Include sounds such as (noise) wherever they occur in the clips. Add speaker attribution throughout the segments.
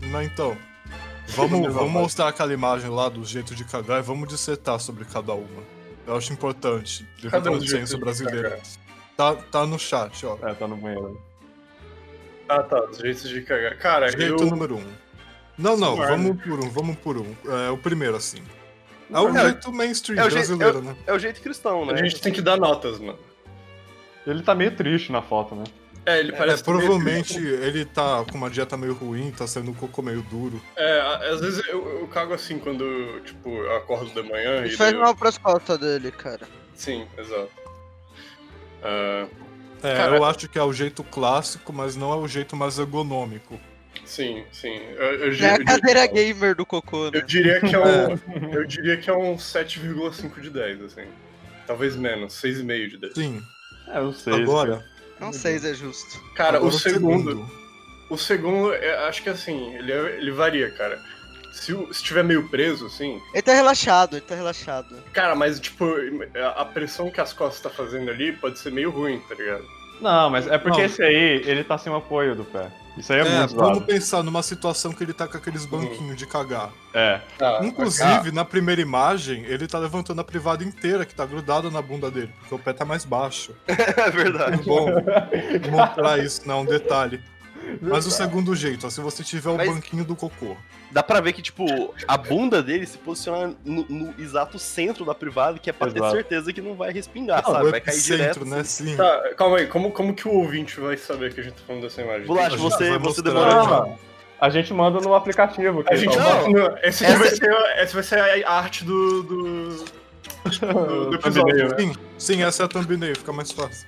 Speaker 1: Não,
Speaker 2: (laughs)
Speaker 1: então. Vamos, vamos mostrar aquela imagem lá do jeito de cagar e vamos dissetar sobre cada uma. Eu acho importante, devido
Speaker 2: Cadê
Speaker 1: ao
Speaker 2: o um jeito
Speaker 1: senso
Speaker 2: de
Speaker 1: brasileiro. Tá, tá no chat, ó.
Speaker 3: É, tá no banheiro.
Speaker 2: Ah, tá. Os jeitos de cagar. Cara, É, eu.
Speaker 1: Jeito número um. Não, não,
Speaker 2: Suar.
Speaker 1: vamos por um, vamos por um. É o primeiro, assim. É o
Speaker 4: É,
Speaker 1: jeito mainstream
Speaker 4: é o jeito-
Speaker 1: brasileiro, né?
Speaker 4: É o jeito cristão, né?
Speaker 2: A gente tem que dar notas, mano.
Speaker 3: Ele tá meio triste na foto, né?
Speaker 2: É, tipo- ele
Speaker 1: É,
Speaker 2: parece.
Speaker 1: provavelmente ele tá com uma dieta meio ruim, tá sendo um cocô meio duro.
Speaker 2: É, às vezes eu, eu cago assim quando, tipo, eu acordo de manhã e.
Speaker 5: Isso é faz
Speaker 2: daí eu-
Speaker 5: mal pras costas dele, cara.
Speaker 2: Sim, exato. Ah,
Speaker 1: É,
Speaker 2: Cara-
Speaker 1: eu acho que é o jeito clássico, mas não é o jeito mais ergonômico.
Speaker 2: sim, sim. Eu, eu,
Speaker 5: É a
Speaker 2: diria-
Speaker 5: cadeira gamer do cocô, né?
Speaker 2: eu diria que é um. Eu diria que é um 7,5 de 10, assim. Talvez menos, 6,5 de 10.
Speaker 1: Sim,
Speaker 3: É, eu sei.
Speaker 1: agora.
Speaker 5: Não sei se é justo.
Speaker 2: Cara,
Speaker 1: agora
Speaker 2: o segundo. O segundo, é- acho que assim, ele, é- ele varia, cara. Se o- se tiver meio preso, assim.
Speaker 5: Ele tá relaxado, ele tá relaxado.
Speaker 2: Cara, mas, tipo, a- a pressão que as costas tá fazendo ali pode ser meio ruim, tá ligado?
Speaker 3: Não, mas é porque
Speaker 1: Não.
Speaker 3: esse aí, ele tá sem o apoio do pé. Isso aí é,
Speaker 1: É,
Speaker 3: muito
Speaker 1: vamos
Speaker 3: zoado.
Speaker 1: pensar numa situação que ele tá com aqueles banquinhos de cagar.
Speaker 3: É.
Speaker 4: Tá,
Speaker 1: Inclusive, na primeira imagem, ele tá levantando a privada inteira que tá grudada na bunda dele, porque o pé tá mais baixo.
Speaker 4: (laughs) É verdade.
Speaker 1: Muito bom mostrar isso, não é um detalhe. Mas o segundo jeito, ó, se você tiver o
Speaker 4: Mas-
Speaker 1: banquinho do cocô.
Speaker 4: Dá pra ver que, tipo, a bunda dele se posiciona no, no exato centro da privada, que é pra ter
Speaker 3: Exato.
Speaker 4: certeza que não vai respingar,
Speaker 1: Ah,
Speaker 4: Tá, sabe?
Speaker 1: o
Speaker 4: Vai cair direto.
Speaker 1: epicentro, né? Sim.
Speaker 2: Tá, calma aí, como, como que o ouvinte vai saber que a gente tá falando dessa imagem?
Speaker 4: Bolacha,
Speaker 1: A gente
Speaker 4: você,
Speaker 1: vai mostrar
Speaker 4: você demorou.
Speaker 1: já.
Speaker 4: demais.
Speaker 3: Não, a gente manda no aplicativo. Que
Speaker 2: A
Speaker 3: é
Speaker 2: gente não,
Speaker 4: Não.
Speaker 2: não, esse aqui
Speaker 4: Essa-
Speaker 2: vai ser, essa vai ser a arte do. do, do, do episódio, né?
Speaker 1: Sim, sim, essa é a thumbnail, fica mais fácil.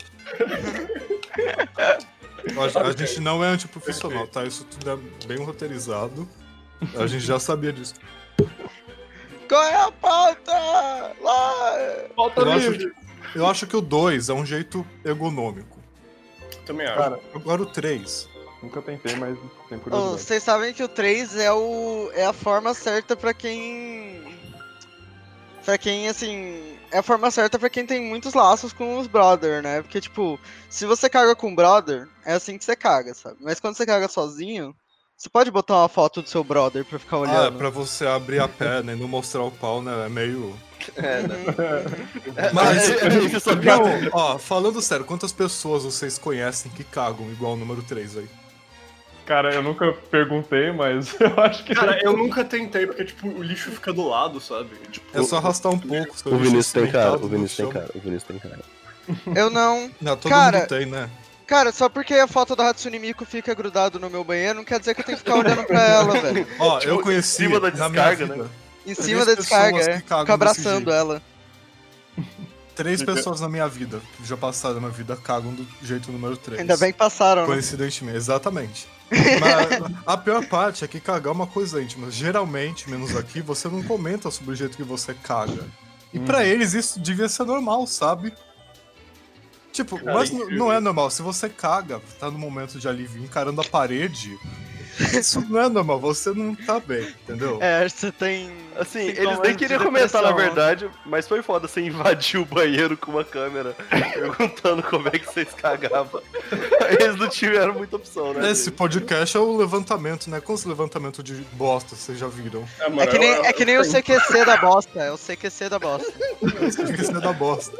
Speaker 1: A, a gente não é antiprofissional, tá? Isso tudo é bem roteirizado. A gente já sabia disso.
Speaker 5: Qual é a pauta? Lá!
Speaker 3: Falta
Speaker 1: Eu acho que, eu acho que o 2 é um jeito ergonômico.
Speaker 2: né? Também acho.
Speaker 3: Cara,
Speaker 1: Agora o 3.
Speaker 3: Nunca tentei, mas tem
Speaker 5: Ô,
Speaker 3: curiosidade.
Speaker 5: vocês sabem que o 3 é o. é a forma certa pra quem. Pra quem, assim. É a forma certa pra quem tem muitos laços com os brother, né? Porque, tipo, se você caga com brother, é assim que você caga, sabe? Mas quando você caga sozinho, você pode botar uma foto do seu brother pra ficar
Speaker 1: Ah, é
Speaker 5: olhando.
Speaker 1: pra você abrir a perna e não mostrar o pau, né? É meio.
Speaker 4: É, né?
Speaker 2: (laughs)
Speaker 6: É,
Speaker 4: é,
Speaker 1: Mas- é (laughs)
Speaker 4: Você só viu-
Speaker 1: Não, ó, falando sério, quantas pessoas vocês conhecem que cagam igual o número 3 aí?
Speaker 3: Cara, eu nunca perguntei, mas (laughs) eu acho que.
Speaker 2: Cara, eu nunca tentei, porque, tipo, o lixo fica do lado, sabe? Tipo,
Speaker 1: É só arrastar um pouco. seu
Speaker 6: O
Speaker 1: lixo
Speaker 6: Vinícius tem cara,
Speaker 1: sedimentado
Speaker 6: o
Speaker 1: no
Speaker 6: Vinícius tem
Speaker 1: chão.
Speaker 6: cara, o Vinícius tem cara.
Speaker 5: Eu não.
Speaker 1: Não, todo
Speaker 5: Cara-
Speaker 1: mundo tem, né?
Speaker 5: Cara, só porque a foto da Hatsune Miku fica grudado no meu banheiro, não quer dizer que eu tenho que ficar olhando pra
Speaker 1: (laughs)
Speaker 5: ela, velho.
Speaker 1: Ó,
Speaker 4: (laughs) Tipo,
Speaker 1: eu conheci.
Speaker 4: em cima da
Speaker 1: na minha
Speaker 4: descarga, né?
Speaker 1: vida,
Speaker 5: Em
Speaker 1: Três
Speaker 5: cima da descarga,
Speaker 1: pessoas
Speaker 5: é.
Speaker 1: que cagam
Speaker 5: Fica
Speaker 1: desse jeito.
Speaker 5: abraçando ela.
Speaker 1: Três pessoas na minha vida, que já passaram na minha vida, cagam do jeito número 3.
Speaker 5: Ainda bem que passaram, né?
Speaker 1: Coincidentemente,
Speaker 5: (laughs)
Speaker 1: exatamente. Mas a pior parte é que cagar é uma coisa íntima. Geralmente, menos aqui, você não comenta sobre o jeito que você caga. E
Speaker 4: Hum.
Speaker 1: pra eles isso devia ser normal, sabe? Tipo,
Speaker 2: Cara,
Speaker 1: mas n-
Speaker 2: incrível.
Speaker 1: não é normal. Se você caga, tá no momento de alívio encarando a parede, isso não é normal. Você não tá bem, entendeu?
Speaker 5: É, você tem.
Speaker 4: Assim,
Speaker 5: sintomas
Speaker 4: eles nem
Speaker 5: de
Speaker 4: queriam comentar, na
Speaker 5: depressão.
Speaker 4: verdade, mas foi foda você (laughs) invadir o banheiro com
Speaker 5: (laughs)
Speaker 4: uma câmera, perguntando como é que vocês cagavam. (laughs) Eles não tiveram muita opção, né?
Speaker 1: Esse podcast é o levantamento, né? Quantos levantamento de bosta vocês já viram?
Speaker 2: é, mano,
Speaker 5: É que nem,
Speaker 2: eu-
Speaker 5: é que nem o CQC da bosta, é o CQC da bosta.
Speaker 1: (laughs) Esqueci é da bosta.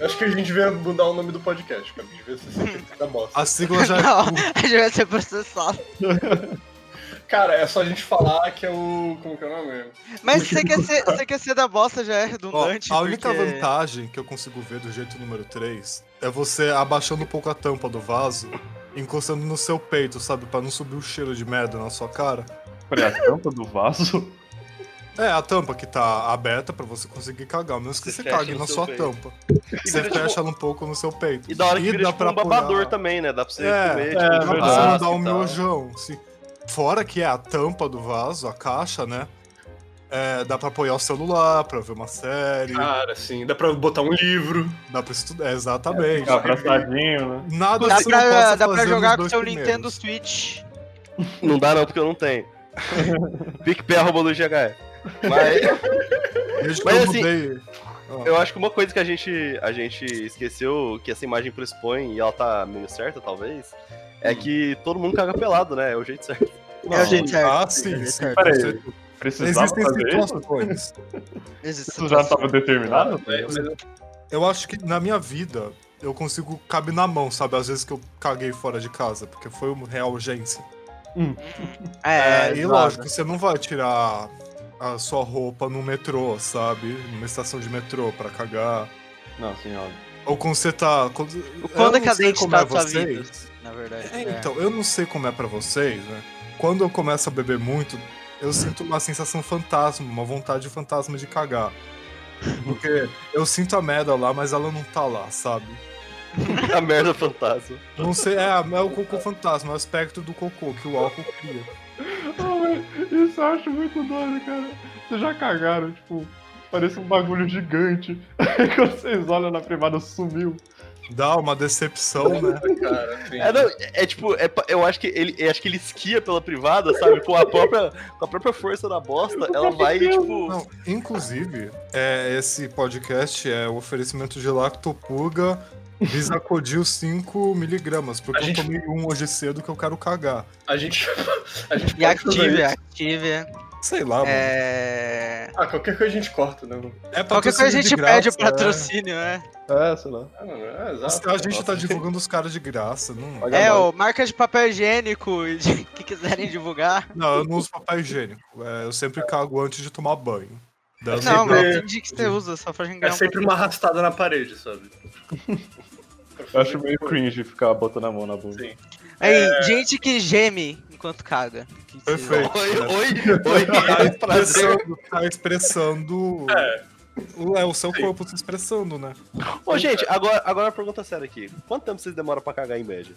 Speaker 2: eu Acho que a gente devia mudar o nome do podcast, cara. Devia ser sempre da bosta.
Speaker 1: A sigla já é
Speaker 5: Não,
Speaker 1: cu.
Speaker 5: a gente vai ser processado.
Speaker 2: Cara, é só a gente falar que é o. Como que é o nome?
Speaker 5: Mas CQC, CQC da bosta já é
Speaker 1: Ó,
Speaker 5: redundante.
Speaker 1: a única
Speaker 5: porque-
Speaker 1: vantagem é que eu consigo ver do jeito número 3 é você abaixando um pouco a tampa do vaso, encostando no seu peito, sabe? Pra não subir o cheiro de merda na sua cara.
Speaker 3: Peraí, a "Ah, tampa do
Speaker 1: (laughs)
Speaker 3: vaso?
Speaker 1: É, a tampa que tá aberta pra você conseguir cagar, a menos que
Speaker 4: Você
Speaker 1: você,
Speaker 4: fecha
Speaker 1: cague
Speaker 4: no
Speaker 1: na
Speaker 4: seu
Speaker 1: sua
Speaker 4: peito.
Speaker 1: tampa.
Speaker 4: E
Speaker 1: Você
Speaker 4: vira, tipo,
Speaker 1: fecha ela um pouco no seu peito.
Speaker 4: E da hora que vira, tipo, um
Speaker 1: apurar-
Speaker 4: babador também, né? Dá pra você
Speaker 1: É,
Speaker 4: comer,
Speaker 1: é,
Speaker 4: tipo,
Speaker 1: dá
Speaker 4: um
Speaker 1: pra
Speaker 3: verdade.
Speaker 1: você
Speaker 4: pedaço
Speaker 1: mandar um
Speaker 4: e tal.
Speaker 1: miojão. Sim. Fora que é a tampa do vaso, a caixa, né? É, dá pra apoiar o celular, pra ver uma série,
Speaker 3: Ah.
Speaker 2: Cara, assim, dá pra botar um livro.
Speaker 1: dá pra estudar. Exatamente.
Speaker 3: Fica abraçadinho, né?
Speaker 1: Nada
Speaker 5: Dá
Speaker 1: que você não
Speaker 5: pra,
Speaker 1: possa
Speaker 5: dá pra
Speaker 1: fazer
Speaker 5: jogar
Speaker 1: nos
Speaker 5: com
Speaker 1: dois
Speaker 5: seu
Speaker 1: primeiros.
Speaker 5: Nintendo Switch.
Speaker 4: Não dá não, porque eu não tenho. PicPay arroba no GHE. Mas
Speaker 1: Desde que
Speaker 4: Mas,
Speaker 1: eu
Speaker 4: assim,
Speaker 1: mudei.
Speaker 4: eu acho que uma coisa que a gente, a gente esqueceu, que essa imagem pressupõe, e ela tá meio certa, talvez, é que todo mundo caga pelado, né? É o jeito certo. (laughs)
Speaker 5: É o jeito certo.
Speaker 1: Ah, sim, sim.
Speaker 5: Peraí,
Speaker 1: com certeza.
Speaker 3: Precisava
Speaker 1: Existem
Speaker 3: fazer isso?
Speaker 1: situações.
Speaker 5: Existe
Speaker 3: Isso já
Speaker 1: tá-
Speaker 5: situação.
Speaker 3: estava determinado?
Speaker 1: Eu acho que na minha vida eu consigo cabe na mão, sabe? Às vezes que eu caguei fora de casa, porque foi uma real urgência.
Speaker 5: É,
Speaker 1: É, e
Speaker 5: nada.
Speaker 1: lógico, você não vai tirar a sua roupa no metrô, sabe? Numa estação de metrô pra cagar.
Speaker 3: Não, senhora.
Speaker 1: Ou quando você tá. Quando,
Speaker 5: O quão
Speaker 1: eu não sei
Speaker 5: decadente
Speaker 1: como
Speaker 5: tá
Speaker 1: é
Speaker 5: a sua
Speaker 1: vocês.
Speaker 5: vida, na verdade.
Speaker 1: É, então, eu não sei como é pra vocês, né? Quando eu começo a beber muito, eu sinto uma sensação fantasma, uma vontade fantasma de cagar. Porque eu sinto a merda lá, mas ela não tá lá, sabe?
Speaker 4: A merda fantasma.
Speaker 1: Não sei, é, é o cocô fantasma, é o aspecto do cocô que o álcool cria.
Speaker 3: Não, mas isso eu acho muito doido, cara. Vocês já cagaram, tipo, parece um bagulho gigante. (laughs) Aí quando vocês olham na privada, sumiu.
Speaker 1: Dá uma decepção, né?
Speaker 2: Cara, assim,
Speaker 4: É, não, é, é tipo, é pa- eu acho que ele eu acho que ele esquia pela privada, sabe? Com a própria, com a própria força da bosta, ela vai, tipo.
Speaker 1: Não, inclusive, é, esse podcast é o oferecimento de lactopuga (laughs) Visacodil 5mg, porque
Speaker 2: A gente-
Speaker 1: eu tomei um hoje cedo que eu quero cagar.
Speaker 2: a gente. A gente
Speaker 5: E
Speaker 2: pode fazer isso.
Speaker 5: Activia,
Speaker 1: Tá
Speaker 5: Activia.
Speaker 1: Sei lá, mano. é,
Speaker 5: É...
Speaker 2: Ah, qualquer coisa a gente corta, né? mano?
Speaker 5: Qualquer coisa a
Speaker 1: patrocínio de
Speaker 5: gente
Speaker 1: graça,
Speaker 5: pede o
Speaker 1: né?
Speaker 5: patrocínio, né?
Speaker 3: É, sei lá.
Speaker 2: Ah, não, é,
Speaker 1: Nossa,
Speaker 2: exato.
Speaker 1: A gente tá divulgando os caras de graça. Não,
Speaker 5: É, ó, marca de papel higiênico e de- (laughs) que quiserem divulgar.
Speaker 1: não eu não uso papel higiênico. É, eu sempre cago antes de tomar banho. Daí eu
Speaker 5: Não,
Speaker 1: sempre-
Speaker 5: mas entendi que você usa, só pra gente
Speaker 2: É
Speaker 5: ganhar um
Speaker 2: sempre uma arrastada na parede, sabe?
Speaker 3: Eu acho meio cringe ficar botando a mão na bunda.
Speaker 2: Sim.
Speaker 5: Aí,
Speaker 2: É.
Speaker 5: gente que geme enquanto caga. Que
Speaker 1: Perfeito.
Speaker 4: (laughs) Oi,
Speaker 1: né?
Speaker 4: oi, oi, (laughs)
Speaker 1: Tá
Speaker 4: prazer.
Speaker 1: expressando, tá expressando o, é, o seu corpo se expressando, né?
Speaker 4: Ô, gente, agora, agora uma pergunta séria aqui. Quanto tempo vocês demoram pra cagar em média?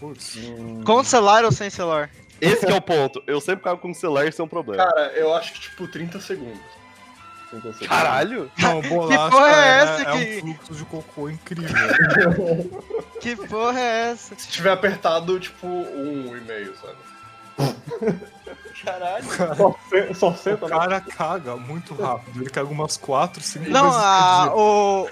Speaker 1: Putz.
Speaker 5: Com celular ou sem celular?
Speaker 4: Esse que é o ponto. Eu sempre cago com o celular e isso é um problema.
Speaker 2: Cara, eu acho que tipo 30 segundos.
Speaker 4: Caralho!
Speaker 1: Não, bolacha
Speaker 5: porra é
Speaker 1: é,
Speaker 5: essa
Speaker 1: é
Speaker 5: que-
Speaker 1: um fluxo de cocô incrível.
Speaker 5: Que porra é essa?
Speaker 2: Se tiver apertado, tipo, um e-mail, sabe?
Speaker 4: (laughs) Caralho!
Speaker 3: (laughs) Só, se- só
Speaker 1: O
Speaker 3: senta na
Speaker 1: cara caga muito rápido. Ele caga umas 4, 5
Speaker 5: Não,
Speaker 1: vezes por
Speaker 5: a,
Speaker 1: dia.
Speaker 5: o.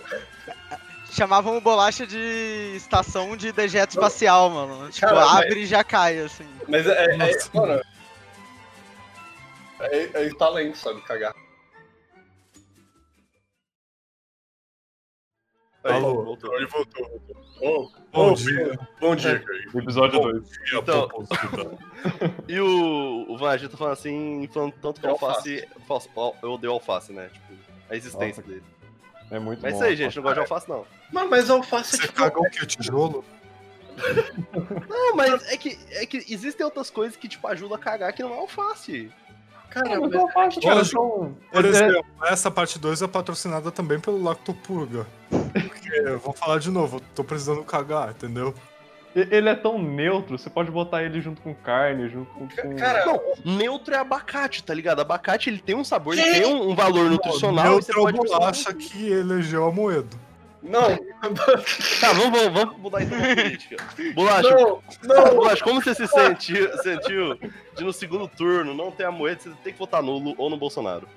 Speaker 5: Chamavam o bolacha de estação de dejeto espacial, mano. Tipo,
Speaker 2: Cara, mas-
Speaker 5: abre e já cai, assim.
Speaker 2: Mas é. é, é
Speaker 1: Nossa.
Speaker 2: mano. É, é talento, sabe? Cagar. Aí,
Speaker 1: Alô?
Speaker 2: voltou. Ele voltou, voltou. Oh,
Speaker 1: Bom
Speaker 2: oh,
Speaker 1: dia.
Speaker 2: Bom dia, Craig.
Speaker 3: episódio 2.
Speaker 4: Então-
Speaker 1: Pô, pô,
Speaker 4: E o, o Vajê tá falando assim, falando tanto que
Speaker 2: Alface.
Speaker 4: alface. alface- Eu odeio alface, né? Tipo, a existência dele.
Speaker 3: É muito
Speaker 4: Mas é
Speaker 3: bom.
Speaker 4: isso aí, gente, não gosto de alface, não.
Speaker 2: Mano, mas alface é
Speaker 1: Você tá-
Speaker 2: tipo.
Speaker 1: caga o que? Tijolo?
Speaker 4: Não, mas é que, é que existem outras coisas que, tipo, ajudam a cagar que não é alface.
Speaker 2: Cara,
Speaker 3: Não, mas
Speaker 2: mas-
Speaker 3: alface, cara, são...
Speaker 1: Por
Speaker 3: É-
Speaker 1: exemplo, essa parte 2 é patrocinada também pelo Lactopurga. Porque, eu vou falar de novo, eu tô precisando cagar, entendeu?
Speaker 3: E- Ele é tão neutro, você pode botar ele junto com carne, junto com. com-
Speaker 2: Cara,
Speaker 4: Não, neutro é abacate, tá ligado? Abacate, ele tem um sabor, ele tem um, um valor nutricional. e
Speaker 1: Neutro
Speaker 4: você
Speaker 1: é
Speaker 4: pode
Speaker 1: bolacha que elegeu a Moedo.
Speaker 2: Não,
Speaker 4: Tá, vamos, vamos, vamos mudar então a política. Bolacha,
Speaker 2: não, não.
Speaker 4: Bolacha, como você se sentiu, sentiu de no segundo turno não ter a moeda, você tem que votar nulo ou no Bolsonaro?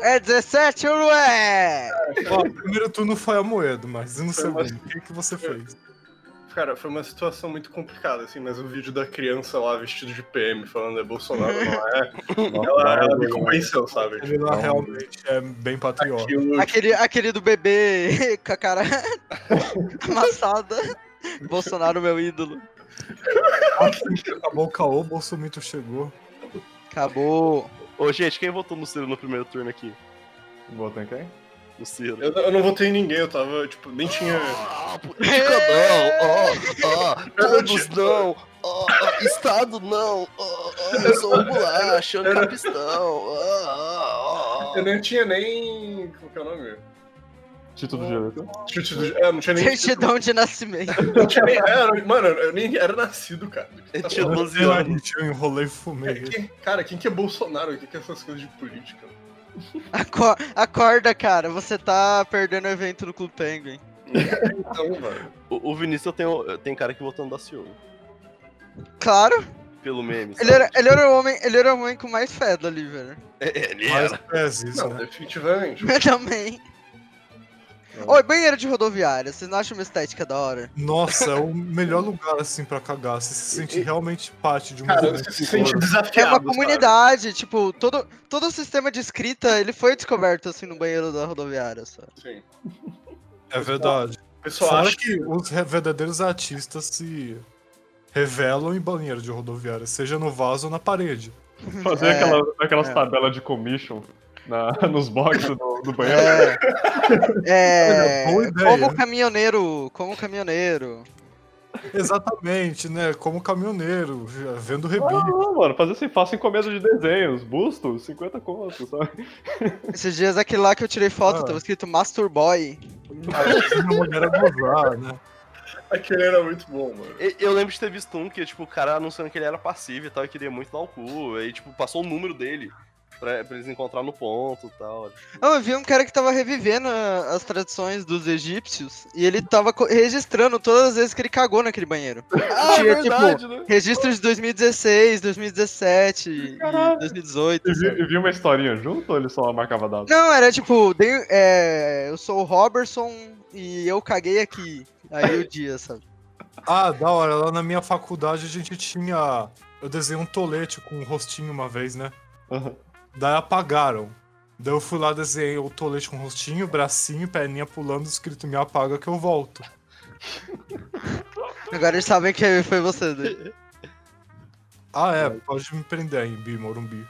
Speaker 5: É 17 ou não é?
Speaker 1: Ó, o primeiro turno foi a Moedo, mas e no
Speaker 2: Foi, mas-
Speaker 1: segundo? O que, que você fez?
Speaker 2: Cara, foi uma situação muito complicada, assim, mas o vídeo da criança lá vestido de PM falando é Bolsonaro, não é? Ela, ela me convenceu, sabe? Tipo,
Speaker 1: Ele lá realmente é bem patriota.
Speaker 2: Aquilo,
Speaker 5: Aquele, aquele do bebê (laughs) com a cara amassada. Bolsonaro, meu ídolo.
Speaker 1: Assim que acabou o caô, o Bolsomito chegou.
Speaker 5: Acabou.
Speaker 4: Ô, gente, quem votou no Ciro no primeiro turno aqui?
Speaker 3: Botou em quem?
Speaker 4: No Ciro.
Speaker 2: eu, eu não votei em ninguém, eu tava, tipo, nem tinha.
Speaker 4: Ah, é. política não! Ó, ó, todos não! Ó, ó, Estado não! Ó, ó, eu sou um bolacha, um capistão! Ó, ó,
Speaker 2: Eu nem tinha nem. Como que é o nome?
Speaker 3: Título de eleitor.
Speaker 2: Chute do. É, não tinha nem.
Speaker 5: Certidão de nascimento.
Speaker 2: Não tinha nem. é, eu- mano, eu nem era nascido, cara.
Speaker 4: Eu tinha
Speaker 1: Eu,
Speaker 4: 12 anos.
Speaker 1: eu enrolei e fumei.
Speaker 2: Quem- cara, quem Tá que é Bolsonaro? O que que é essas coisas de política?
Speaker 5: Aco- Acorda, cara. Você tá perdendo o evento do Clube Penguin.
Speaker 2: Então, mano.
Speaker 4: O, o Vinícius eu tenho, eu tenho cara que votou no Daciolo.
Speaker 5: Claro.
Speaker 4: Pelo meme.
Speaker 5: Ele era, ele era o homem, ele era o homem com mais fé do (laughs) ali, velho.
Speaker 4: Ele
Speaker 1: Mas é isso,
Speaker 2: Não,
Speaker 1: né?
Speaker 2: definitivamente.
Speaker 5: Eu também. Oi, banheiro de rodoviária, vocês não acham uma estética da hora?
Speaker 1: Nossa, é o melhor lugar assim pra cagar. Você se sente realmente parte de um
Speaker 2: Cara,
Speaker 1: movimento
Speaker 2: você se sente
Speaker 1: de horror.
Speaker 2: desafiado.
Speaker 5: é uma
Speaker 2: sabe?
Speaker 5: comunidade, tipo, todo, todo o sistema de escrita, ele foi descoberto assim no banheiro da rodoviária, só.
Speaker 2: Sim.
Speaker 1: É verdade.
Speaker 2: O pessoal
Speaker 1: Fora
Speaker 2: acha
Speaker 1: que os re- verdadeiros artistas se revelam em banheiro de rodoviária, seja no vaso ou na parede.
Speaker 3: Fazer
Speaker 5: É.
Speaker 3: aquela, aquelas
Speaker 5: É.
Speaker 3: tabelas de commission na, (laughs) nos boxes do, do banheiro.
Speaker 5: É. é,
Speaker 1: (laughs) Olha, boa ideia.
Speaker 5: como caminhoneiro, como caminhoneiro.
Speaker 1: Exatamente, né? Como caminhoneiro, vendo
Speaker 3: Ah,
Speaker 1: rebite.
Speaker 3: (laughs) não, mano, fazer assim, faça encomenda de desenhos, busto, 50 contos, sabe?
Speaker 5: Esses dias é aquele lá que eu tirei foto,
Speaker 1: Ah.
Speaker 5: tava escrito Master Boy.
Speaker 1: Ah, minha mulher a gozar, né?
Speaker 2: que aquele era muito bom, mano.
Speaker 4: E- Eu lembro de ter visto um que, tipo, o cara anunciando que ele era passivo e tal, e queria muito dar o cu. Aí, tipo, passou o número dele pra, pra eles encontrar no ponto e tal. Tipo,
Speaker 5: Não, eu vi um cara que tava revivendo a- as tradições dos egípcios e ele tava co- registrando todas as vezes que ele cagou naquele banheiro.
Speaker 4: Ah,
Speaker 5: Tinha, tipo,
Speaker 4: né?
Speaker 5: Registro de 2016, 2017 e
Speaker 3: Caralho.
Speaker 5: 2018.
Speaker 3: E vi,
Speaker 5: sabe?
Speaker 3: e vi uma historinha junto ou ele só marcava data?
Speaker 5: Não, era tipo, dei- é, eu sou o Robertson e eu caguei aqui. Aí o dia, sabe?
Speaker 1: Ah, da hora. Lá na minha faculdade a gente tinha. Eu desenhei um tolete com um rostinho uma vez, né?
Speaker 3: Aham.
Speaker 1: Daí apagaram. Daí eu fui lá, desenhei o tolete com rostinho, bracinho, perninha pulando, escrito me apaga que eu volto.
Speaker 5: Agora eles sabem que foi você, né?
Speaker 1: Ah,
Speaker 4: Uhum.
Speaker 1: é, pode me prender aí, Bi, Morumbi.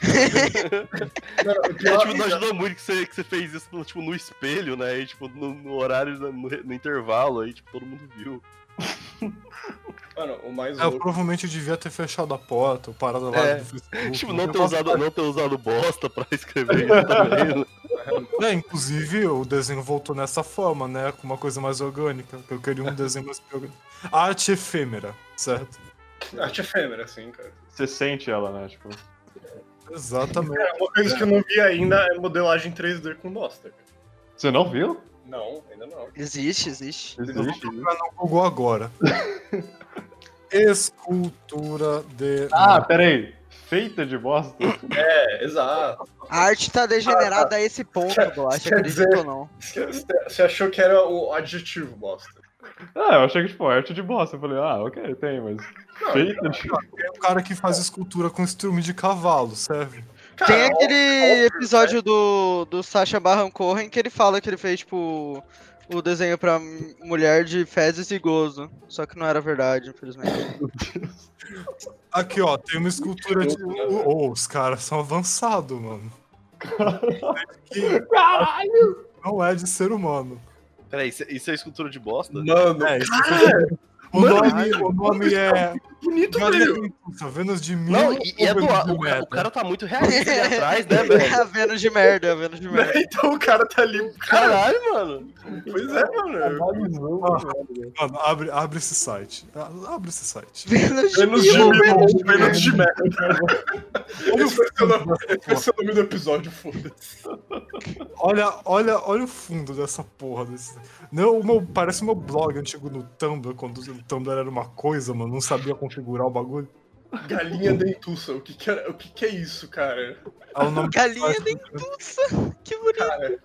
Speaker 4: E, tipo, não
Speaker 2: é
Speaker 4: ajudou muito que você, que você fez isso, no, tipo, no espelho, né? E, tipo, no, no horário, no, no intervalo, aí, tipo, todo mundo viu.
Speaker 2: Mano, o mais
Speaker 1: É, eu
Speaker 2: louco.
Speaker 1: provavelmente devia ter fechado a porta, ou parado lá
Speaker 4: Uhum. É.
Speaker 1: do Facebook.
Speaker 4: (laughs) Tipo, não ter
Speaker 1: tem
Speaker 4: usado, não ter usado bosta pra escrever isso (laughs) também, né?
Speaker 1: É, inclusive o desenho voltou nessa forma, né? Com uma coisa mais orgânica. que Eu queria
Speaker 4: (laughs)
Speaker 1: um desenho mais orgânico. Arte efêmera, certo?
Speaker 2: Arte efêmera, assim, cara.
Speaker 3: Você sente ela, né? Tipo,
Speaker 1: Exatamente.
Speaker 2: É Uma coisa que eu não vi ainda é modelagem 3D com bosta. cara.
Speaker 3: você não viu?
Speaker 2: Não, ainda não.
Speaker 5: Existe, existe.
Speaker 3: Existe.
Speaker 1: No Google
Speaker 3: (laughs)
Speaker 1: agora. Escultura de.
Speaker 3: Ah, peraí. Feita de bosta?
Speaker 2: É, exato.
Speaker 5: A arte tá degenerada a esse ponto, eu acho,
Speaker 2: Quer
Speaker 5: acredito
Speaker 2: dizer-
Speaker 5: ou não.
Speaker 2: é Você achou que era o adjetivo bosta.
Speaker 3: Ah, eu achei que, tipo, arte de bosta. Eu falei, ah, ok, tem, mas.
Speaker 5: então,
Speaker 3: Feita de.
Speaker 1: Tem um cara que faz escultura com estrume de cavalo, serve?
Speaker 5: Tem
Speaker 2: Cara,
Speaker 5: aquele
Speaker 2: óbvio, é.
Speaker 5: episódio do, do Sacha Baron Cohen que ele fala que ele fez, tipo, o desenho pra m- mulher de fezes e gozo. Só que não era
Speaker 2: (laughs)
Speaker 5: verdade, infelizmente.
Speaker 1: Aqui, ó, tem uma escultura de. Ô, os caras são avançados, mano. Que
Speaker 3: Caralho!
Speaker 1: não é de ser humano.
Speaker 4: Peraí, isso, isso é escultura de bosta?
Speaker 2: Mano,
Speaker 1: É, isso O
Speaker 2: Mano,
Speaker 1: nome, o nome é.
Speaker 2: bonito,
Speaker 1: Galinha
Speaker 2: velho.
Speaker 1: Impulsa, Vênus de mil.
Speaker 4: tá Não, e, e
Speaker 1: ou
Speaker 4: é do
Speaker 1: Vênus de
Speaker 4: o, ca-
Speaker 1: Meta?
Speaker 4: o cara tá muito realista (laughs) ali atrás, né, velho?
Speaker 5: a (laughs) Vênus de merda, a Vênus de
Speaker 2: (laughs)
Speaker 5: merda.
Speaker 2: Então o cara tá ali. Cara,
Speaker 4: Caralho, mano.
Speaker 2: pois é,
Speaker 4: tá
Speaker 2: mano.
Speaker 1: Ah, Mano, abre, abre esse site. A- Abre esse
Speaker 4: (laughs)
Speaker 1: site.
Speaker 5: Vênus de
Speaker 2: Menos de
Speaker 5: mil, Vênus
Speaker 2: merda. Menos de merda. Esse vai ser o nome- esse vai ser o nome do episódio, foda-se.
Speaker 1: Olha, olha, olha o fundo dessa porra. Desse... Não, o meu- parece o meu blog antigo no Tumblr, quando o Tumblr era uma coisa, mano. Não sabia configurar o bagulho.
Speaker 2: Galinha dentuça, o que que, era- o que que é isso, cara?
Speaker 1: É o nome do
Speaker 5: Galinha
Speaker 1: site.
Speaker 5: dentuça. Que bonito.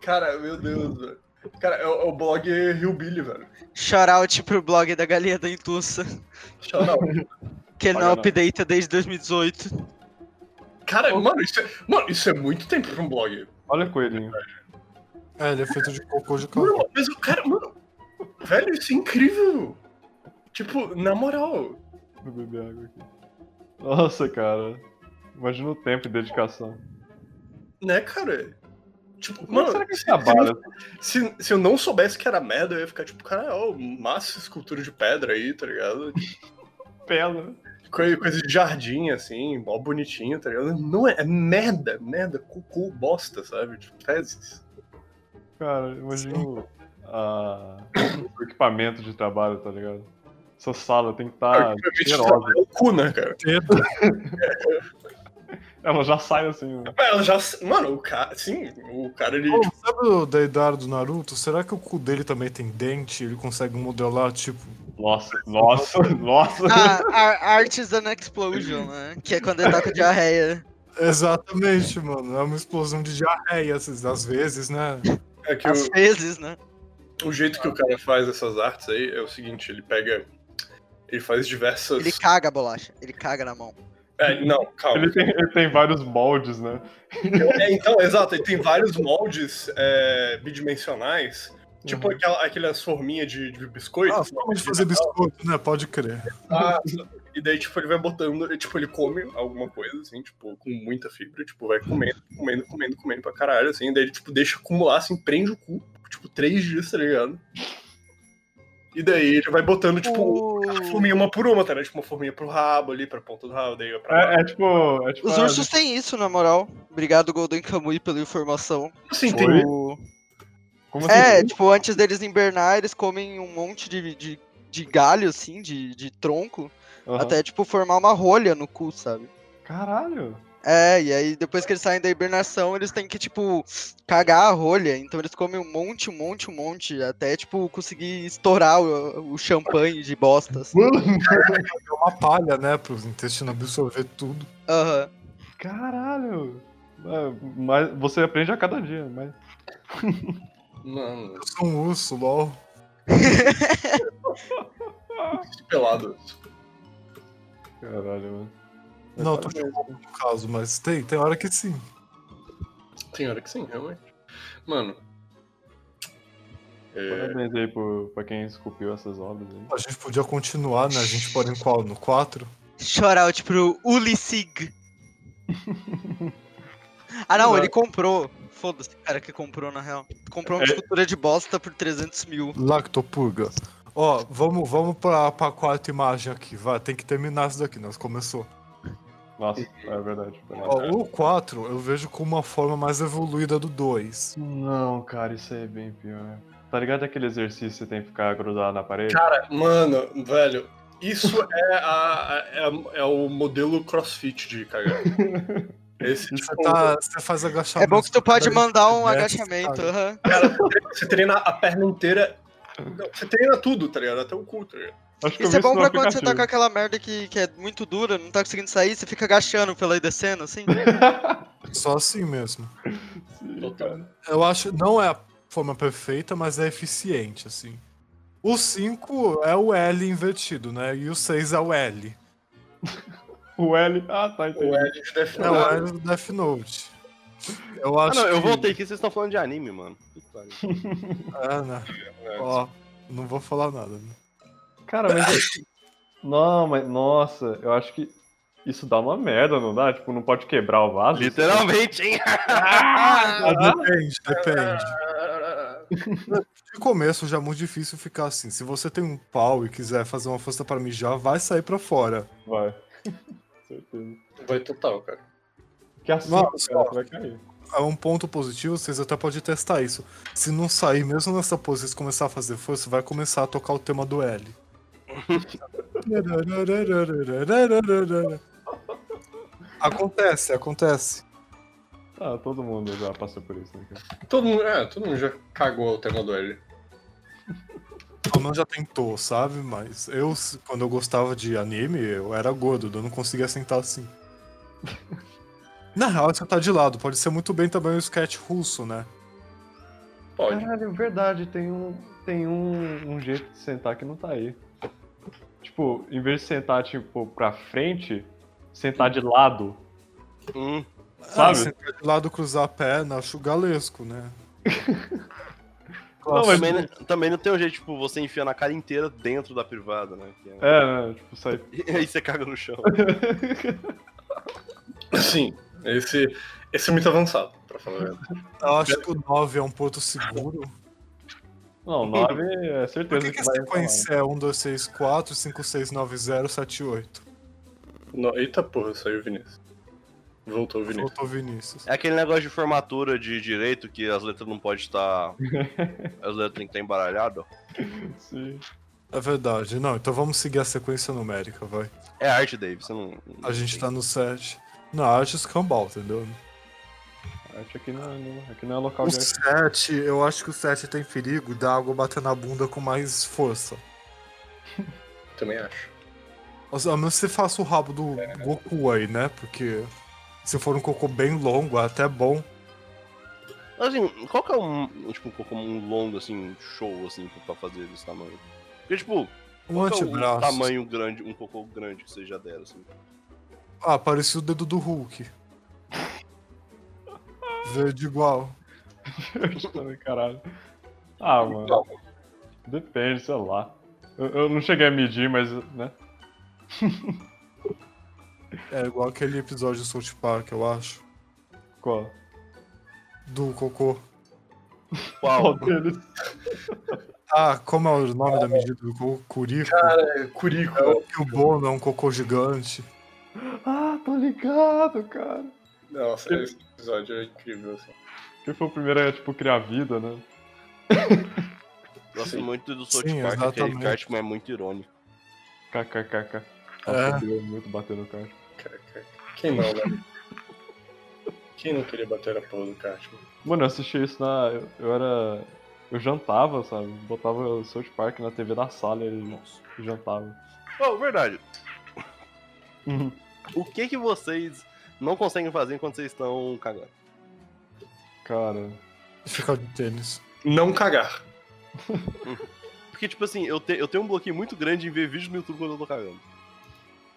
Speaker 2: Cara, meu Deus, velho. Cara, é o, é o blog Hillbilly, velho.
Speaker 5: Shoutout pro blog da Galinha dentuça,
Speaker 2: Shout out.
Speaker 5: que ele não
Speaker 3: Olha, não.
Speaker 5: updata desde 2018.
Speaker 2: Cara, mano, isso é, mano, isso é muito tempo pra um blog.
Speaker 3: Olha o coelhinho.
Speaker 1: É, ele é feito de cocô de cavalo.
Speaker 2: Mano, mas o cara, mano. Velho, isso é incrível. Tipo, na moral.
Speaker 3: Vou beber água aqui. Nossa, cara. Imagina o tempo e dedicação.
Speaker 2: Né, cara? Tipo,
Speaker 3: Como
Speaker 2: mano,
Speaker 3: será que é eles
Speaker 2: se- se, não-
Speaker 3: trabalham?
Speaker 2: se, se eu não soubesse que era merda, eu ia ficar tipo, cara, ó, massa escultura de pedra aí, tá
Speaker 3: (laughs)
Speaker 2: ligado?
Speaker 3: Pela.
Speaker 2: Coi- Coisa de jardim, assim, mó bonitinho, tá ligado? Não é, é merda, merda, cocô, bosta, sabe? Tipo, fezes.
Speaker 3: Cara, imagina o, a- o equipamento de trabalho, tá ligado? Sua sala tem que estar
Speaker 2: Obviamente,
Speaker 3: Ah, cheirosa.
Speaker 2: trabalho é o cu, né, cara?
Speaker 1: Teta.
Speaker 3: Ela já sai assim, né?
Speaker 2: Ela já. Mano, o cara. Sim, o cara ele.
Speaker 1: Pô,
Speaker 2: tipo,
Speaker 1: sabe o Deidara do Naruto? Será que o cu dele também tem dente? Ele consegue modelar, tipo.
Speaker 3: Nossa, nossa, nossa.
Speaker 2: (laughs)
Speaker 5: Ah, Ar- Artisan Explosion, né? Que é quando ele tá com diarreia.
Speaker 1: É (laughs) Exatamente, mano. É uma explosão de diarreia, às às vezes, né?
Speaker 2: É que
Speaker 3: assim,
Speaker 5: Às
Speaker 2: o,
Speaker 5: vezes, né?
Speaker 2: o jeito que o cara faz essas artes aí é o seguinte, ele pega. Ele faz diversas.
Speaker 5: Ele caga a bolacha. Ele caga na mão.
Speaker 2: É, não, calma.
Speaker 3: Ele tem, ele tem vários moldes, né?
Speaker 2: É, então, exato, e tem vários moldes é, bidimensionais. Tipo aquela, aquelas forminhas de, de biscoito.
Speaker 1: Uhum. Ah, forma de fazer biscoito, né? Pode crer.
Speaker 2: Ah, e daí, tipo, ele vai botando, e, tipo, ele come alguma coisa, assim, tipo, com muita fibra, tipo, vai comendo, comendo, comendo, comendo pra caralho, assim, daí ele, tipo, deixa acumular, assim, prende o cu, tipo, três dias, tá ligado? E daí ele vai botando, tipo, a
Speaker 5: O-
Speaker 2: forminha uma por uma, tá ligado? Tipo, uma forminha pro rabo ali, pra ponta do rabo, daí vai pra lá.
Speaker 3: É, é tipo. É tipo
Speaker 5: Os
Speaker 3: a-
Speaker 5: ursos têm isso, na moral. Obrigado, Golden Kamui, pela informação.
Speaker 2: Assim, tem,
Speaker 5: Tipo,
Speaker 3: Como assim?
Speaker 5: é, tipo, antes deles invernar, eles comem um monte de, de, de galho, assim, de, de tronco,
Speaker 3: Aham.
Speaker 5: até, tipo, formar uma rolha no cu, sabe?
Speaker 3: Caralho.
Speaker 5: É, e aí depois que eles saem da hibernação, eles têm que, tipo, cagar a rolha. Então eles comem um monte, um monte, um monte, até, tipo, conseguir estourar o, o champanhe de bostas.
Speaker 1: Uhum.
Speaker 3: Mano.
Speaker 1: É uma palha, né? Para os intestinos absorver tudo.
Speaker 5: Aham.
Speaker 3: Caralho. É, mas você aprende a cada dia, mas.
Speaker 2: mano,
Speaker 1: Eu sou um urso, lol.
Speaker 2: que pelado.
Speaker 3: Caralho, mano.
Speaker 1: Não, tô chocado no caso, mas tem, tem hora que sim.
Speaker 2: Tem hora que sim, realmente. Mano. É,
Speaker 3: Parabéns aí pro, pra quem esculpiu essas obras aí.
Speaker 1: A gente podia continuar, né? A gente pode em qual? No 4?
Speaker 5: Shoutout pro Ulisig. ah, não, ele comprou. Foda-se, cara que comprou, na real. Comprou uma
Speaker 3: É.
Speaker 5: escultura de bosta por 300 mil.
Speaker 1: Lactopurga. Ó, vamos, vamos pra, pra quarta imagem aqui. Vai, tem que terminar isso daqui, nós começou.
Speaker 3: Nossa, é verdade. verdade.
Speaker 1: Ó, o 4 eu vejo como uma forma mais evoluída do 2.
Speaker 3: Não, cara, isso aí é bem pior. Tá ligado aquele exercício que você tem que ficar grudado na parede?
Speaker 2: mano, velho, (laughs) isso é, a, a- é, a- é o modelo crossfit de (laughs) cagar. Esse,
Speaker 1: Você,
Speaker 2: tipo,
Speaker 1: tá, você faz agachamento.
Speaker 5: É bom que tu pode mandar um
Speaker 1: Dez,
Speaker 5: agachamento.
Speaker 1: cara.
Speaker 5: aham.
Speaker 2: Você treina a perna inteira. Não, você treina tudo, tá ligado? Até o cu, tá ligado?
Speaker 3: Acho que eu
Speaker 5: Isso
Speaker 3: vi um
Speaker 5: é bom
Speaker 3: no
Speaker 5: pra quando você
Speaker 3: aplicativo.
Speaker 5: tá com aquela merda que, que é muito dura, não tá conseguindo sair, você fica agachando pela aí descendo, assim.
Speaker 1: Só assim mesmo.
Speaker 3: Sim, cara.
Speaker 1: Eu acho não é a forma perfeita, mas é eficiente, assim. O 5 é o L invertido, né? E o 6 é o L.
Speaker 3: O L. Ah, tá, entendi.
Speaker 2: O L de Death
Speaker 1: É o L do Death Note. Eu
Speaker 4: Ah,
Speaker 1: acho
Speaker 4: não, eu
Speaker 1: que-
Speaker 4: voltei aqui, vocês estão falando de anime, mano. Puta,
Speaker 1: É, né? Ó, não vou falar nada. Né?
Speaker 3: Cara, mas.
Speaker 5: (laughs)
Speaker 3: não, mas. Nossa, eu acho que isso dá uma merda, não dá? Tipo, não pode quebrar o vaso.
Speaker 4: Literalmente, hein?
Speaker 1: Ah, depende, depende. De começo já é muito difícil ficar assim. Se você tem um pau e quiser fazer uma força para mijar, vai sair pra fora.
Speaker 3: Vai. (laughs) Certeza.
Speaker 2: Vai total, cara.
Speaker 3: Que assunto,
Speaker 1: Nossa,
Speaker 3: cara, que vai cair.
Speaker 1: É um ponto positivo, vocês até podem testar isso. Se não sair, mesmo nessa pose, vocês começar a fazer força, vai começar a tocar o tema do L. acontece, acontece.
Speaker 3: Ah, todo mundo já passou por isso, né, cara?
Speaker 2: Todo mundo, é, todo mundo já cagou o tema do L.
Speaker 1: Pelo menos já tentou, sabe? Mas eu, quando eu gostava de anime, eu era gordo, eu não conseguia sentar assim. Na real, você tá de lado, pode ser muito bem também o sketch russo, né?
Speaker 2: Pode.
Speaker 3: Caralho, é verdade, tem um. Tem um, um jeito de sentar que não tá aí. Tipo, em vez de sentar, tipo, pra frente, sentar de lado.
Speaker 4: Hum,
Speaker 1: Ah,
Speaker 3: Sabe?
Speaker 1: sentar de lado, cruzar a perna, acho galesco, né?
Speaker 3: Não, mas- né?
Speaker 4: também, não- também não tem um jeito, tipo, você enfiar na cara inteira dentro da privada, né? Que é-
Speaker 3: É, né? Tipo, sai.
Speaker 4: E (laughs) aí você caga
Speaker 1: (laughs)
Speaker 4: no chão.
Speaker 2: Sim, esse, esse é muito avançado, pra falar a verdade.
Speaker 1: Eu acho que o 9 é um ponto
Speaker 3: (laughs)
Speaker 1: seguro.
Speaker 3: Não, 9 é
Speaker 1: Por
Speaker 3: certeza
Speaker 1: que,
Speaker 3: que,
Speaker 1: que a
Speaker 3: vai
Speaker 1: sequência é 1, 2, 6, 4, 5, 6, 9, 0, 7, 8?
Speaker 2: No, eita porra, saiu o Vinícius. Voltou o Vinícius.
Speaker 1: Voltou Vinícius.
Speaker 4: É aquele negócio de formatura de direito que as letras não
Speaker 1: (laughs)
Speaker 4: podem estar. As letras têm que estar embaralhadas.
Speaker 3: falar. Sim.
Speaker 1: É verdade. Não, então vamos seguir a sequência numérica, vai.
Speaker 4: É arte, Dave, você não.
Speaker 1: A gente tá no 7. Na arte escambau, entendeu?
Speaker 3: Arte aqui não, é- não- aqui não é local
Speaker 1: O
Speaker 3: de arte.
Speaker 1: 7, eu acho que o 7 tem perigo da água bater na bunda com mais força.
Speaker 2: Também acho.
Speaker 1: Ou seja, A menos que você faça o rabo do Goku aí, né? Porque se for um cocô bem longo, é até bom.
Speaker 4: Assim, qual que é um, tipo, como um longo, assim, show, assim, pra fazer desse tamanho? Porque, tipo,
Speaker 1: Um
Speaker 4: qual que é um
Speaker 1: antebraço.
Speaker 4: tamanho grande, um cocô grande que vocês já deram, assim?
Speaker 1: Ah, parecia o dedo do Hulk. Verde igual.
Speaker 3: Caralho. Ah, mano. Depende, sei lá. Eu, eu não cheguei a medir, mas, né?
Speaker 1: É igual aquele episódio do South Park, eu acho.
Speaker 3: Qual?
Speaker 1: Do cocô.
Speaker 3: Qual deles?
Speaker 1: Ah, como é o nome da medida do cocô? Curico.
Speaker 2: Cara, é curico.
Speaker 1: Que o Bono é um cocô gigante.
Speaker 3: Ah, tô ligado, cara.
Speaker 2: Nossa, esse episódio é incrível, assim.
Speaker 3: Porque foi o primeiro a, tipo, criar vida, né?
Speaker 4: Gosto muito do South
Speaker 1: Sim,
Speaker 4: Park, aquele
Speaker 1: exatamente.
Speaker 4: Cartman é muito irônico.
Speaker 3: KKKK.
Speaker 1: É.
Speaker 3: Nossa, deu muito bater no cara.
Speaker 2: Caraca. Quem não, né? Quem não queria bater a porra do Cartman?
Speaker 3: Mano, eu assisti isso na. Eu, eu era. Eu jantava, sabe? Botava o South Park na TV da sala e ele
Speaker 4: Nossa.
Speaker 3: jantava.
Speaker 4: Oh, verdade. O que que vocês não conseguem fazer enquanto vocês estão cagando?
Speaker 3: Cara.
Speaker 1: Ficar de tênis.
Speaker 2: Não cagar.
Speaker 4: Porque, tipo assim, eu, te- eu tenho um bloqueio muito grande em ver vídeos no YouTube quando eu tô cagando.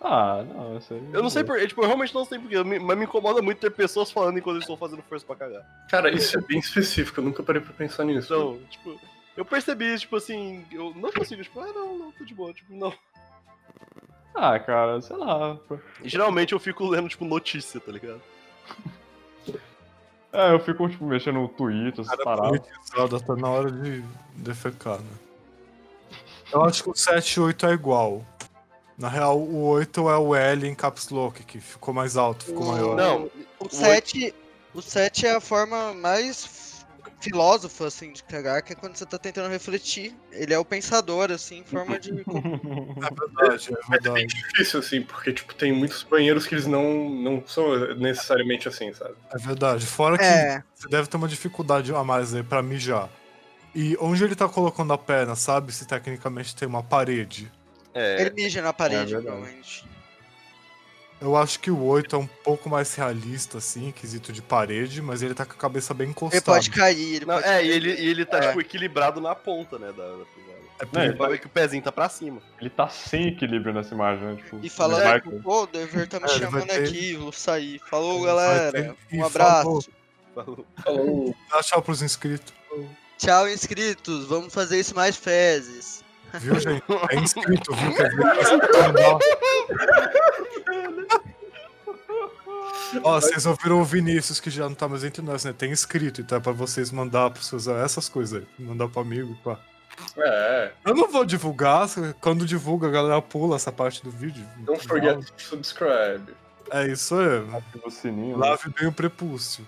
Speaker 3: Ah, não, isso aí.
Speaker 4: Eu não sei por, tipo, eu realmente não sei porque, eu me- mas me incomoda muito ter pessoas falando enquanto eu estou fazendo força pra cagar.
Speaker 2: Cara, isso é (laughs) bem específico, eu nunca parei pra pensar nisso.
Speaker 4: Então, tipo, eu percebi, tipo assim, eu não consigo, tipo, ah, não, não, tô de boa, tipo, não.
Speaker 3: Ah, cara, sei lá. pô.
Speaker 4: E, (laughs) geralmente eu fico lendo, tipo, notícia, tá ligado?
Speaker 3: É, eu fico, tipo, mexendo no Twitter, essas paradas.
Speaker 1: Politizada, tá na hora de defecar, né? Eu acho que o 7 e o 8 é igual. Na real, o 8 é o L em caps lock, que ficou mais alto, ficou maior.
Speaker 4: Não,
Speaker 5: O
Speaker 4: oito-
Speaker 5: 7, o 7 é a forma mais f- filósofa, assim, de cagar, que é quando você tá tentando refletir. Ele é o pensador, assim, em
Speaker 1: (laughs)
Speaker 5: forma de.
Speaker 1: É verdade, é verdade.
Speaker 2: difícil, assim, porque, tipo, tem muitos banheiros que eles não, não são necessariamente assim, sabe?
Speaker 1: É verdade. Fora que
Speaker 5: É,
Speaker 1: você deve ter uma dificuldade a mais aí pra mijar. E onde ele tá colocando a perna, sabe? Se tecnicamente tem uma parede.
Speaker 4: é,
Speaker 5: ele mija na parede,
Speaker 3: É verdade.
Speaker 5: realmente.
Speaker 1: Eu acho que o 8 é um pouco mais realista, assim, em quesito de parede, mas ele tá com a cabeça bem
Speaker 5: Ele
Speaker 1: encostada.
Speaker 5: pode cair, ele
Speaker 4: não,
Speaker 5: pode
Speaker 4: é, e ele, e ele tá,
Speaker 5: É.
Speaker 4: tipo, equilibrado na ponta, né, da, da privada.
Speaker 1: É
Speaker 3: É,
Speaker 1: perigo.
Speaker 4: Pra ver que o pezinho tá pra cima.
Speaker 3: Ele tá sem equilíbrio nessa imagem, né? Tipo,
Speaker 5: E
Speaker 3: ele vai-
Speaker 5: falando que pô, o Dever tá me
Speaker 1: É, ele vai
Speaker 5: chamando
Speaker 1: ter-
Speaker 5: aqui, vou sair. Falou,
Speaker 1: Ele
Speaker 5: galera.
Speaker 1: vai ter-
Speaker 5: Um
Speaker 1: e
Speaker 5: abraço.
Speaker 1: falou.
Speaker 4: Falou.
Speaker 2: Falou.
Speaker 1: Dá tchau pros inscritos.
Speaker 5: Tchau, inscritos. Vamos fazer isso mais fezes.
Speaker 1: Viu, gente? É inscrito, viu? Quer dizer, que esse canal- Ó, vocês ouviram o Vinícius que já não tá mais entre nós, né? Tem inscrito, então é pra vocês mandar pros seus. essas coisas aí. Mandar pro amigo, pá.
Speaker 2: É,
Speaker 1: Eu não vou divulgar, quando divulga a galera pula essa parte do vídeo.
Speaker 2: don't forget to subscribe.
Speaker 1: É isso aí.
Speaker 3: o sininho. né?
Speaker 1: Lave bem o prepúcio.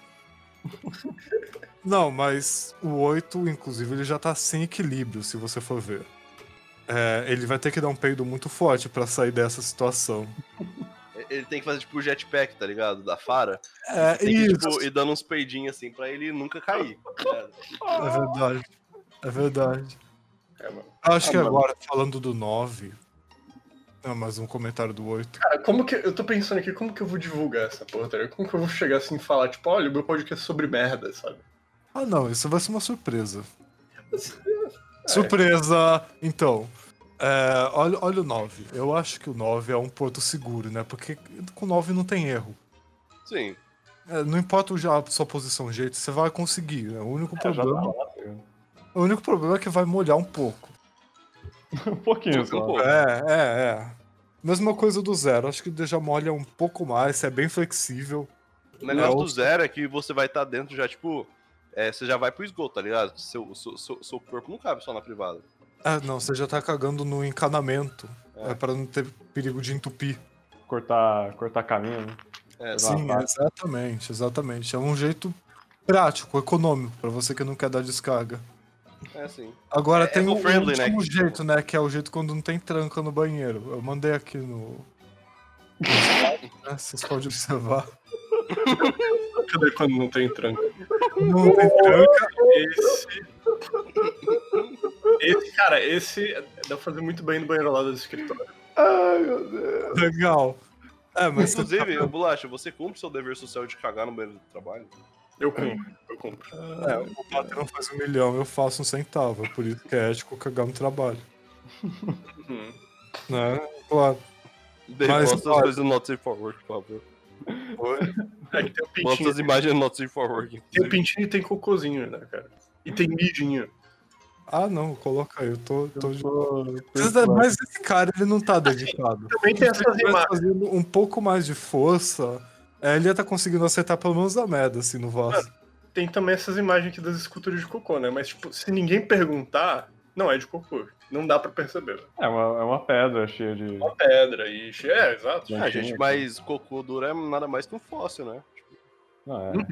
Speaker 1: (laughs) Não, mas o 8, inclusive, ele já tá sem equilíbrio, se você for ver. É, ele vai ter que dar um peido muito forte pra sair dessa situação.
Speaker 4: Ele tem que fazer, tipo, o jetpack, tá ligado? Da Fara.
Speaker 1: É
Speaker 4: Tem que,
Speaker 1: isso.
Speaker 4: tipo, ir dando uns peidinhos, assim, pra ele nunca cair. tá ligado?
Speaker 1: É verdade. É verdade.
Speaker 2: É, mano.
Speaker 1: Eu Acho
Speaker 2: Ah,
Speaker 1: que
Speaker 2: mano.
Speaker 1: agora, falando do 9. Não, mais um comentário do 8.
Speaker 2: Cara, como que. Eu tô pensando aqui, como que eu vou divulgar essa porra, tá ligado? Como que eu vou chegar assim e falar, tipo, olha, o meu podcast é sobre merda, sabe?
Speaker 1: Ah, não, isso vai ser uma surpresa.
Speaker 2: É.
Speaker 1: Surpresa! Então, é, olha, olha o 9. Eu acho que o 9 é um porto seguro, né? Porque com o 9 não tem erro.
Speaker 4: Sim.
Speaker 1: É, não importa o já- a sua posição, o jeito, você vai conseguir. Né? O, único
Speaker 3: Já tá
Speaker 1: problema,
Speaker 3: lá, tá ligado?
Speaker 1: o único problema é que vai molhar um pouco.
Speaker 3: um pouquinho só.
Speaker 4: Um pouco.
Speaker 1: É, é, é. Mesma coisa do zero. Acho que ele já molha um pouco mais, é bem flexível.
Speaker 4: O negócio
Speaker 1: Não.
Speaker 4: do zero é que você vai estar dentro já, tipo. é, você já vai pro esgoto, tá ligado? Seu, seu, seu, seu corpo não cabe só na privada.
Speaker 1: Ah, não, você já tá cagando no encanamento.
Speaker 4: É.
Speaker 1: É, pra não ter perigo de entupir.
Speaker 3: Cortar, cortar caminho, né?
Speaker 4: É,
Speaker 3: Exato.
Speaker 1: Sim,
Speaker 3: tá.
Speaker 1: exatamente, exatamente. É um jeito prático, econômico, pra você que não quer dar descarga.
Speaker 4: é assim.
Speaker 1: Agora
Speaker 4: É
Speaker 1: tem o
Speaker 4: eco-friendly, né,
Speaker 1: último
Speaker 4: que-
Speaker 1: jeito, né? Que é o jeito quando não tem tranca no banheiro. Eu mandei aqui
Speaker 4: (laughs)
Speaker 1: no. É, Vocês podem observar.
Speaker 2: Cadê quando não tem tranca?
Speaker 1: Não tem tranca.
Speaker 2: Esse. Esse, cara, esse dá pra fazer muito bem no banheiro lá do escritório.
Speaker 3: Ai, meu Deus.
Speaker 1: Legal. É, mas você tá-
Speaker 4: Inclusive, ô, Bolacha, você cumpre seu dever social de cagar no banheiro do trabalho?
Speaker 2: Eu compro, eu compro.
Speaker 1: É, o patrão faz um milhão, eu faço um centavo. Por isso que é ético cagar no trabalho.
Speaker 2: Uhum.
Speaker 1: Né? Claro.
Speaker 4: Dei,
Speaker 1: Mas,
Speaker 4: mostra as
Speaker 1: olha-
Speaker 4: coisas no Not Safe for Work, por favor. (laughs)
Speaker 2: É que tem o
Speaker 4: Mostra
Speaker 2: pintinho,
Speaker 4: as imagens no Not Safe for Work.
Speaker 2: tem o pintinho e tem cocôzinho, né, cara? E tem midinho.
Speaker 1: Ah, não, coloca aí, eu tô, tô de Mas,
Speaker 3: Pô,
Speaker 1: mas esse cara, ele não
Speaker 4: Assim,
Speaker 1: tá dedicado.
Speaker 2: Também tem
Speaker 1: Se
Speaker 2: essas
Speaker 1: ele tivesse
Speaker 2: imagens.
Speaker 1: fazendo um pouco mais de força, é, ele ia tá conseguindo acertar pelo menos a merda, assim, no Vasco.
Speaker 2: Tem também essas imagens aqui das esculturas de cocô, né? Mas, tipo, se ninguém perguntar, não é de cocô. Não dá pra perceber.
Speaker 3: é, uma, é uma pedra cheia de.
Speaker 2: Uma pedra e... É, exato.
Speaker 3: Não,
Speaker 1: né?
Speaker 4: Ah, gente, mas cocô duro é nada mais que um fóssil, né?
Speaker 3: Não, é,
Speaker 2: Uhum.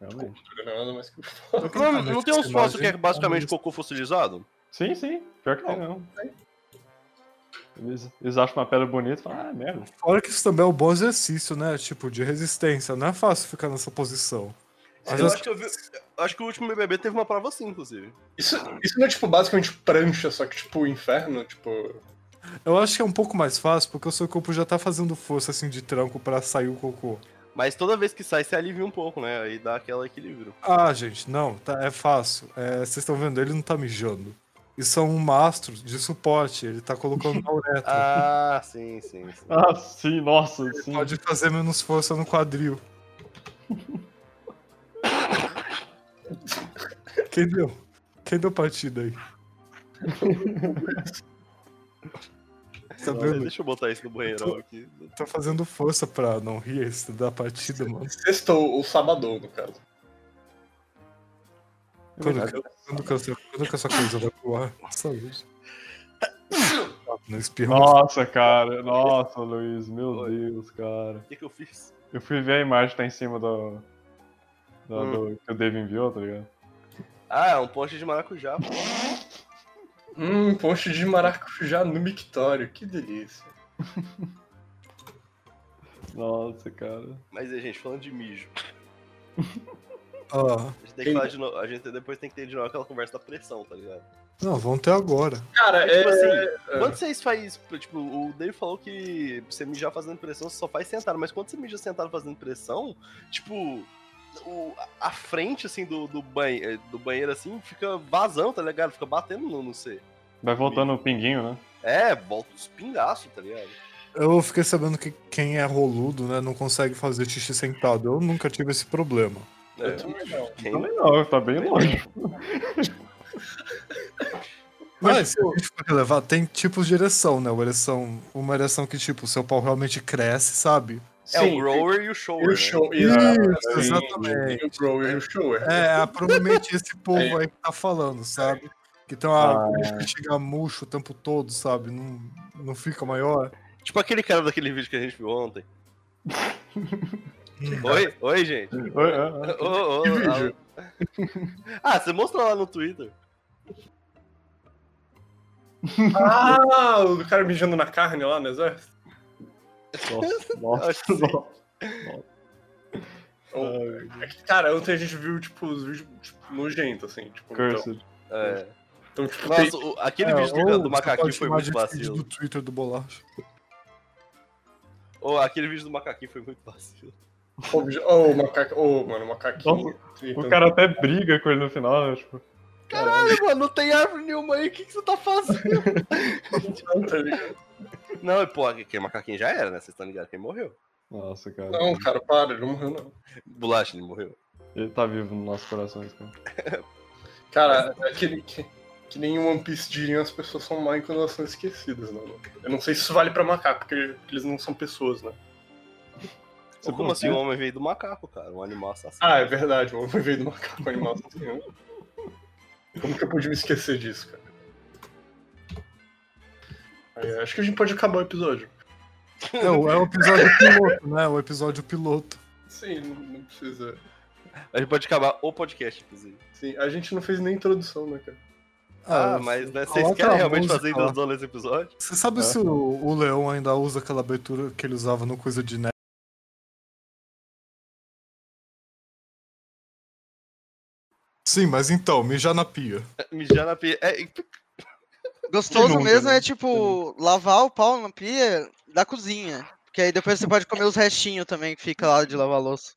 Speaker 3: realmente.
Speaker 2: Não é nada mais que...
Speaker 1: Então,
Speaker 4: Não, não
Speaker 1: tipo,
Speaker 4: tem uns fósseis que é basicamente cocô fossilizado?
Speaker 3: Sim, sim. Pior que tem, não. Eles, eles acham uma pedra bonita e falam, ah, é merda.
Speaker 1: Fora que isso também é um bom exercício, né? Tipo, de resistência. Não é fácil ficar nessa posição. Mas
Speaker 4: eu
Speaker 1: as-
Speaker 4: acho que, eu vi, acho que o último BBB teve uma prova assim, inclusive.
Speaker 2: Isso, isso não é, tipo, basicamente prancha, só que, tipo, inferno, tipo...
Speaker 1: Eu acho que é um pouco mais fácil, porque o seu corpo já tá fazendo força, assim, de tranco pra sair o cocô.
Speaker 4: Mas toda vez que sai, você alivia um pouco, né? Aí dá aquela equilíbrio.
Speaker 1: Ah, gente, não, tá- é fácil. É, Vocês estão vendo, ele não tá mijando. Isso é um mastro de suporte, ele tá colocando na uretra.
Speaker 4: (laughs) (laughs) Ah, sim, sim, sim.
Speaker 3: Ah, sim, nossa, sim.
Speaker 1: Pode fazer menos força no quadril. Quem deu? Quem deu partida aí? tá vendo?
Speaker 4: Deixa eu botar isso no banheirão aqui.
Speaker 1: Tá fazendo força pra não rir esse da partida, mano.
Speaker 2: Sextou ou sabadão, no caso.
Speaker 3: É
Speaker 1: Quando, que- quando, que, essa- quando que essa coisa vai pro ar? Saúde. Não espirra.
Speaker 3: Nossa, cara. Nossa, Luiz. Meu
Speaker 4: Oi.
Speaker 3: Deus, cara.
Speaker 4: O que, que eu fiz?
Speaker 3: Eu fui ver a imagem que tá em cima do. do,
Speaker 4: Hum.
Speaker 3: do- que o Dave enviou, tá ligado?
Speaker 4: Ah, é um poste de maracujá. pô.
Speaker 2: Hum, post de maracujá no mictório, que delícia.
Speaker 3: Nossa, cara.
Speaker 4: Mas, é, gente, falando de mijo,
Speaker 1: Ah,
Speaker 4: a gente, tem que falar de novo, a gente depois tem que ter de novo aquela conversa da pressão, tá ligado?
Speaker 1: não, vão ter agora.
Speaker 2: Cara,
Speaker 4: Tipo
Speaker 2: é...
Speaker 4: assim, quando vocês faz, tipo, o Dave falou que você mijar fazendo pressão, você só faz sentado, mas quando você mija sentado fazendo pressão, tipo, o- a frente, assim, do, do, banhe- eh, do banheiro, assim, fica vazando, tá ligado? Fica batendo no, no C.
Speaker 3: Vai voltando o pinguinho, né?
Speaker 4: É, volta os pingaços, tá ligado?
Speaker 1: Eu fiquei sabendo que quem é roludo, né, não consegue fazer xixi sentado. Eu nunca tive esse problema.
Speaker 4: É,
Speaker 2: Eu também não.
Speaker 4: quem-
Speaker 3: Também não, tá bem longe.
Speaker 1: Mas se a gente for relevar, tem tipos de ereção, né? Uma ereção, uma ereção que, tipo, seu pau realmente cresce, sabe?
Speaker 4: É o
Speaker 2: Sim,
Speaker 4: grower e o
Speaker 2: E o
Speaker 4: shower, né?
Speaker 2: um show, exatamente. um
Speaker 1: Isso, exatamente.
Speaker 2: E o grow e o shower.
Speaker 1: É, é provavelmente esse
Speaker 4: (laughs)
Speaker 1: povo aí que tá falando, sabe? Que tem uma
Speaker 3: Ah.
Speaker 4: é.
Speaker 1: que chega murcho o tempo todo, sabe? Não, não fica maior.
Speaker 4: Tipo aquele cara daquele vídeo que a gente viu ontem.
Speaker 1: Hum.
Speaker 4: Oi, oi, gente.
Speaker 3: Oi, é, é.
Speaker 4: Ô, ô, ô,
Speaker 2: Que vídeo?
Speaker 4: (laughs) Ah, você mostrou lá no Twitter.
Speaker 2: Ah, o cara mijando na carne lá no exército.
Speaker 3: Nossa, nossa,
Speaker 4: Assim.
Speaker 3: nossa.
Speaker 2: Ou- é que, Cara, ontem a gente viu, tipo, os vídeos tipo, nojentos, assim. Tipo, então,
Speaker 3: Cursed.
Speaker 4: É.
Speaker 2: então, tipo, tem-
Speaker 4: Nossa, o- aquele vídeo do-
Speaker 1: É, ou
Speaker 4: do
Speaker 1: você
Speaker 4: macaquinho
Speaker 1: pode
Speaker 4: foi
Speaker 1: chamar
Speaker 4: muito
Speaker 1: de feed
Speaker 4: vacilo.
Speaker 1: do Twitter do Bolacha.
Speaker 4: (laughs) Ô, aquele vídeo do macaquinho foi muito vacilo.
Speaker 2: obje- oh, o macaco. Oh, mano, o macaquinho. então.
Speaker 3: O cara até briga com ele no final, né? Tipo,
Speaker 4: Caralho, mano, não tem árvore nenhuma aí, o que, que você tá fazendo?
Speaker 2: Não, tá ligado?
Speaker 4: (laughs) Não, e, pô, aquele macaquinho já era, né? Vocês estão ligados? Quem morreu?
Speaker 3: nossa, cara.
Speaker 2: Não, cara, para, ele não morreu, não.
Speaker 4: Bolacha, ele morreu.
Speaker 3: Ele tá vivo nos nossos corações, cara.
Speaker 2: Cara, é que, que, que nem em One Piece diriam, as pessoas são má quando elas são esquecidas, né? mano? Eu não sei se isso vale pra macaco, porque eles não são pessoas, né?
Speaker 4: Ou como assim? O homem veio do macaco, cara, um animal assassino.
Speaker 2: Ah, é verdade, o homem veio do macaco animal assassino. Como que eu pude me esquecer disso, cara? Aí, É, acho que a gente pode acabar o episódio.
Speaker 1: É, o- é o episódio piloto, né? O episódio piloto.
Speaker 2: Sim, não, não precisa.
Speaker 4: A gente pode acabar o podcast, inclusive.
Speaker 2: Sim, a gente não fez nem introdução, né, cara?
Speaker 4: Ah, mas né, vocês
Speaker 1: É, coloca
Speaker 4: querem
Speaker 1: a
Speaker 4: realmente
Speaker 1: música
Speaker 4: fazer
Speaker 1: lá.
Speaker 4: introdução nesse episódio? (laughs)
Speaker 1: Você sabe
Speaker 3: É.
Speaker 1: se o, o Leão ainda usa aquela abertura que ele usava no Coisa de Nerd? Sim, mas então, mijar na pia.
Speaker 4: Mijar na pia. É, e-
Speaker 5: Gostoso
Speaker 1: nunca,
Speaker 5: mesmo
Speaker 1: né?
Speaker 5: é tipo lavar o pau na pia da cozinha. Porque aí depois você pode comer os restinhos também que fica lá de lavar a louça.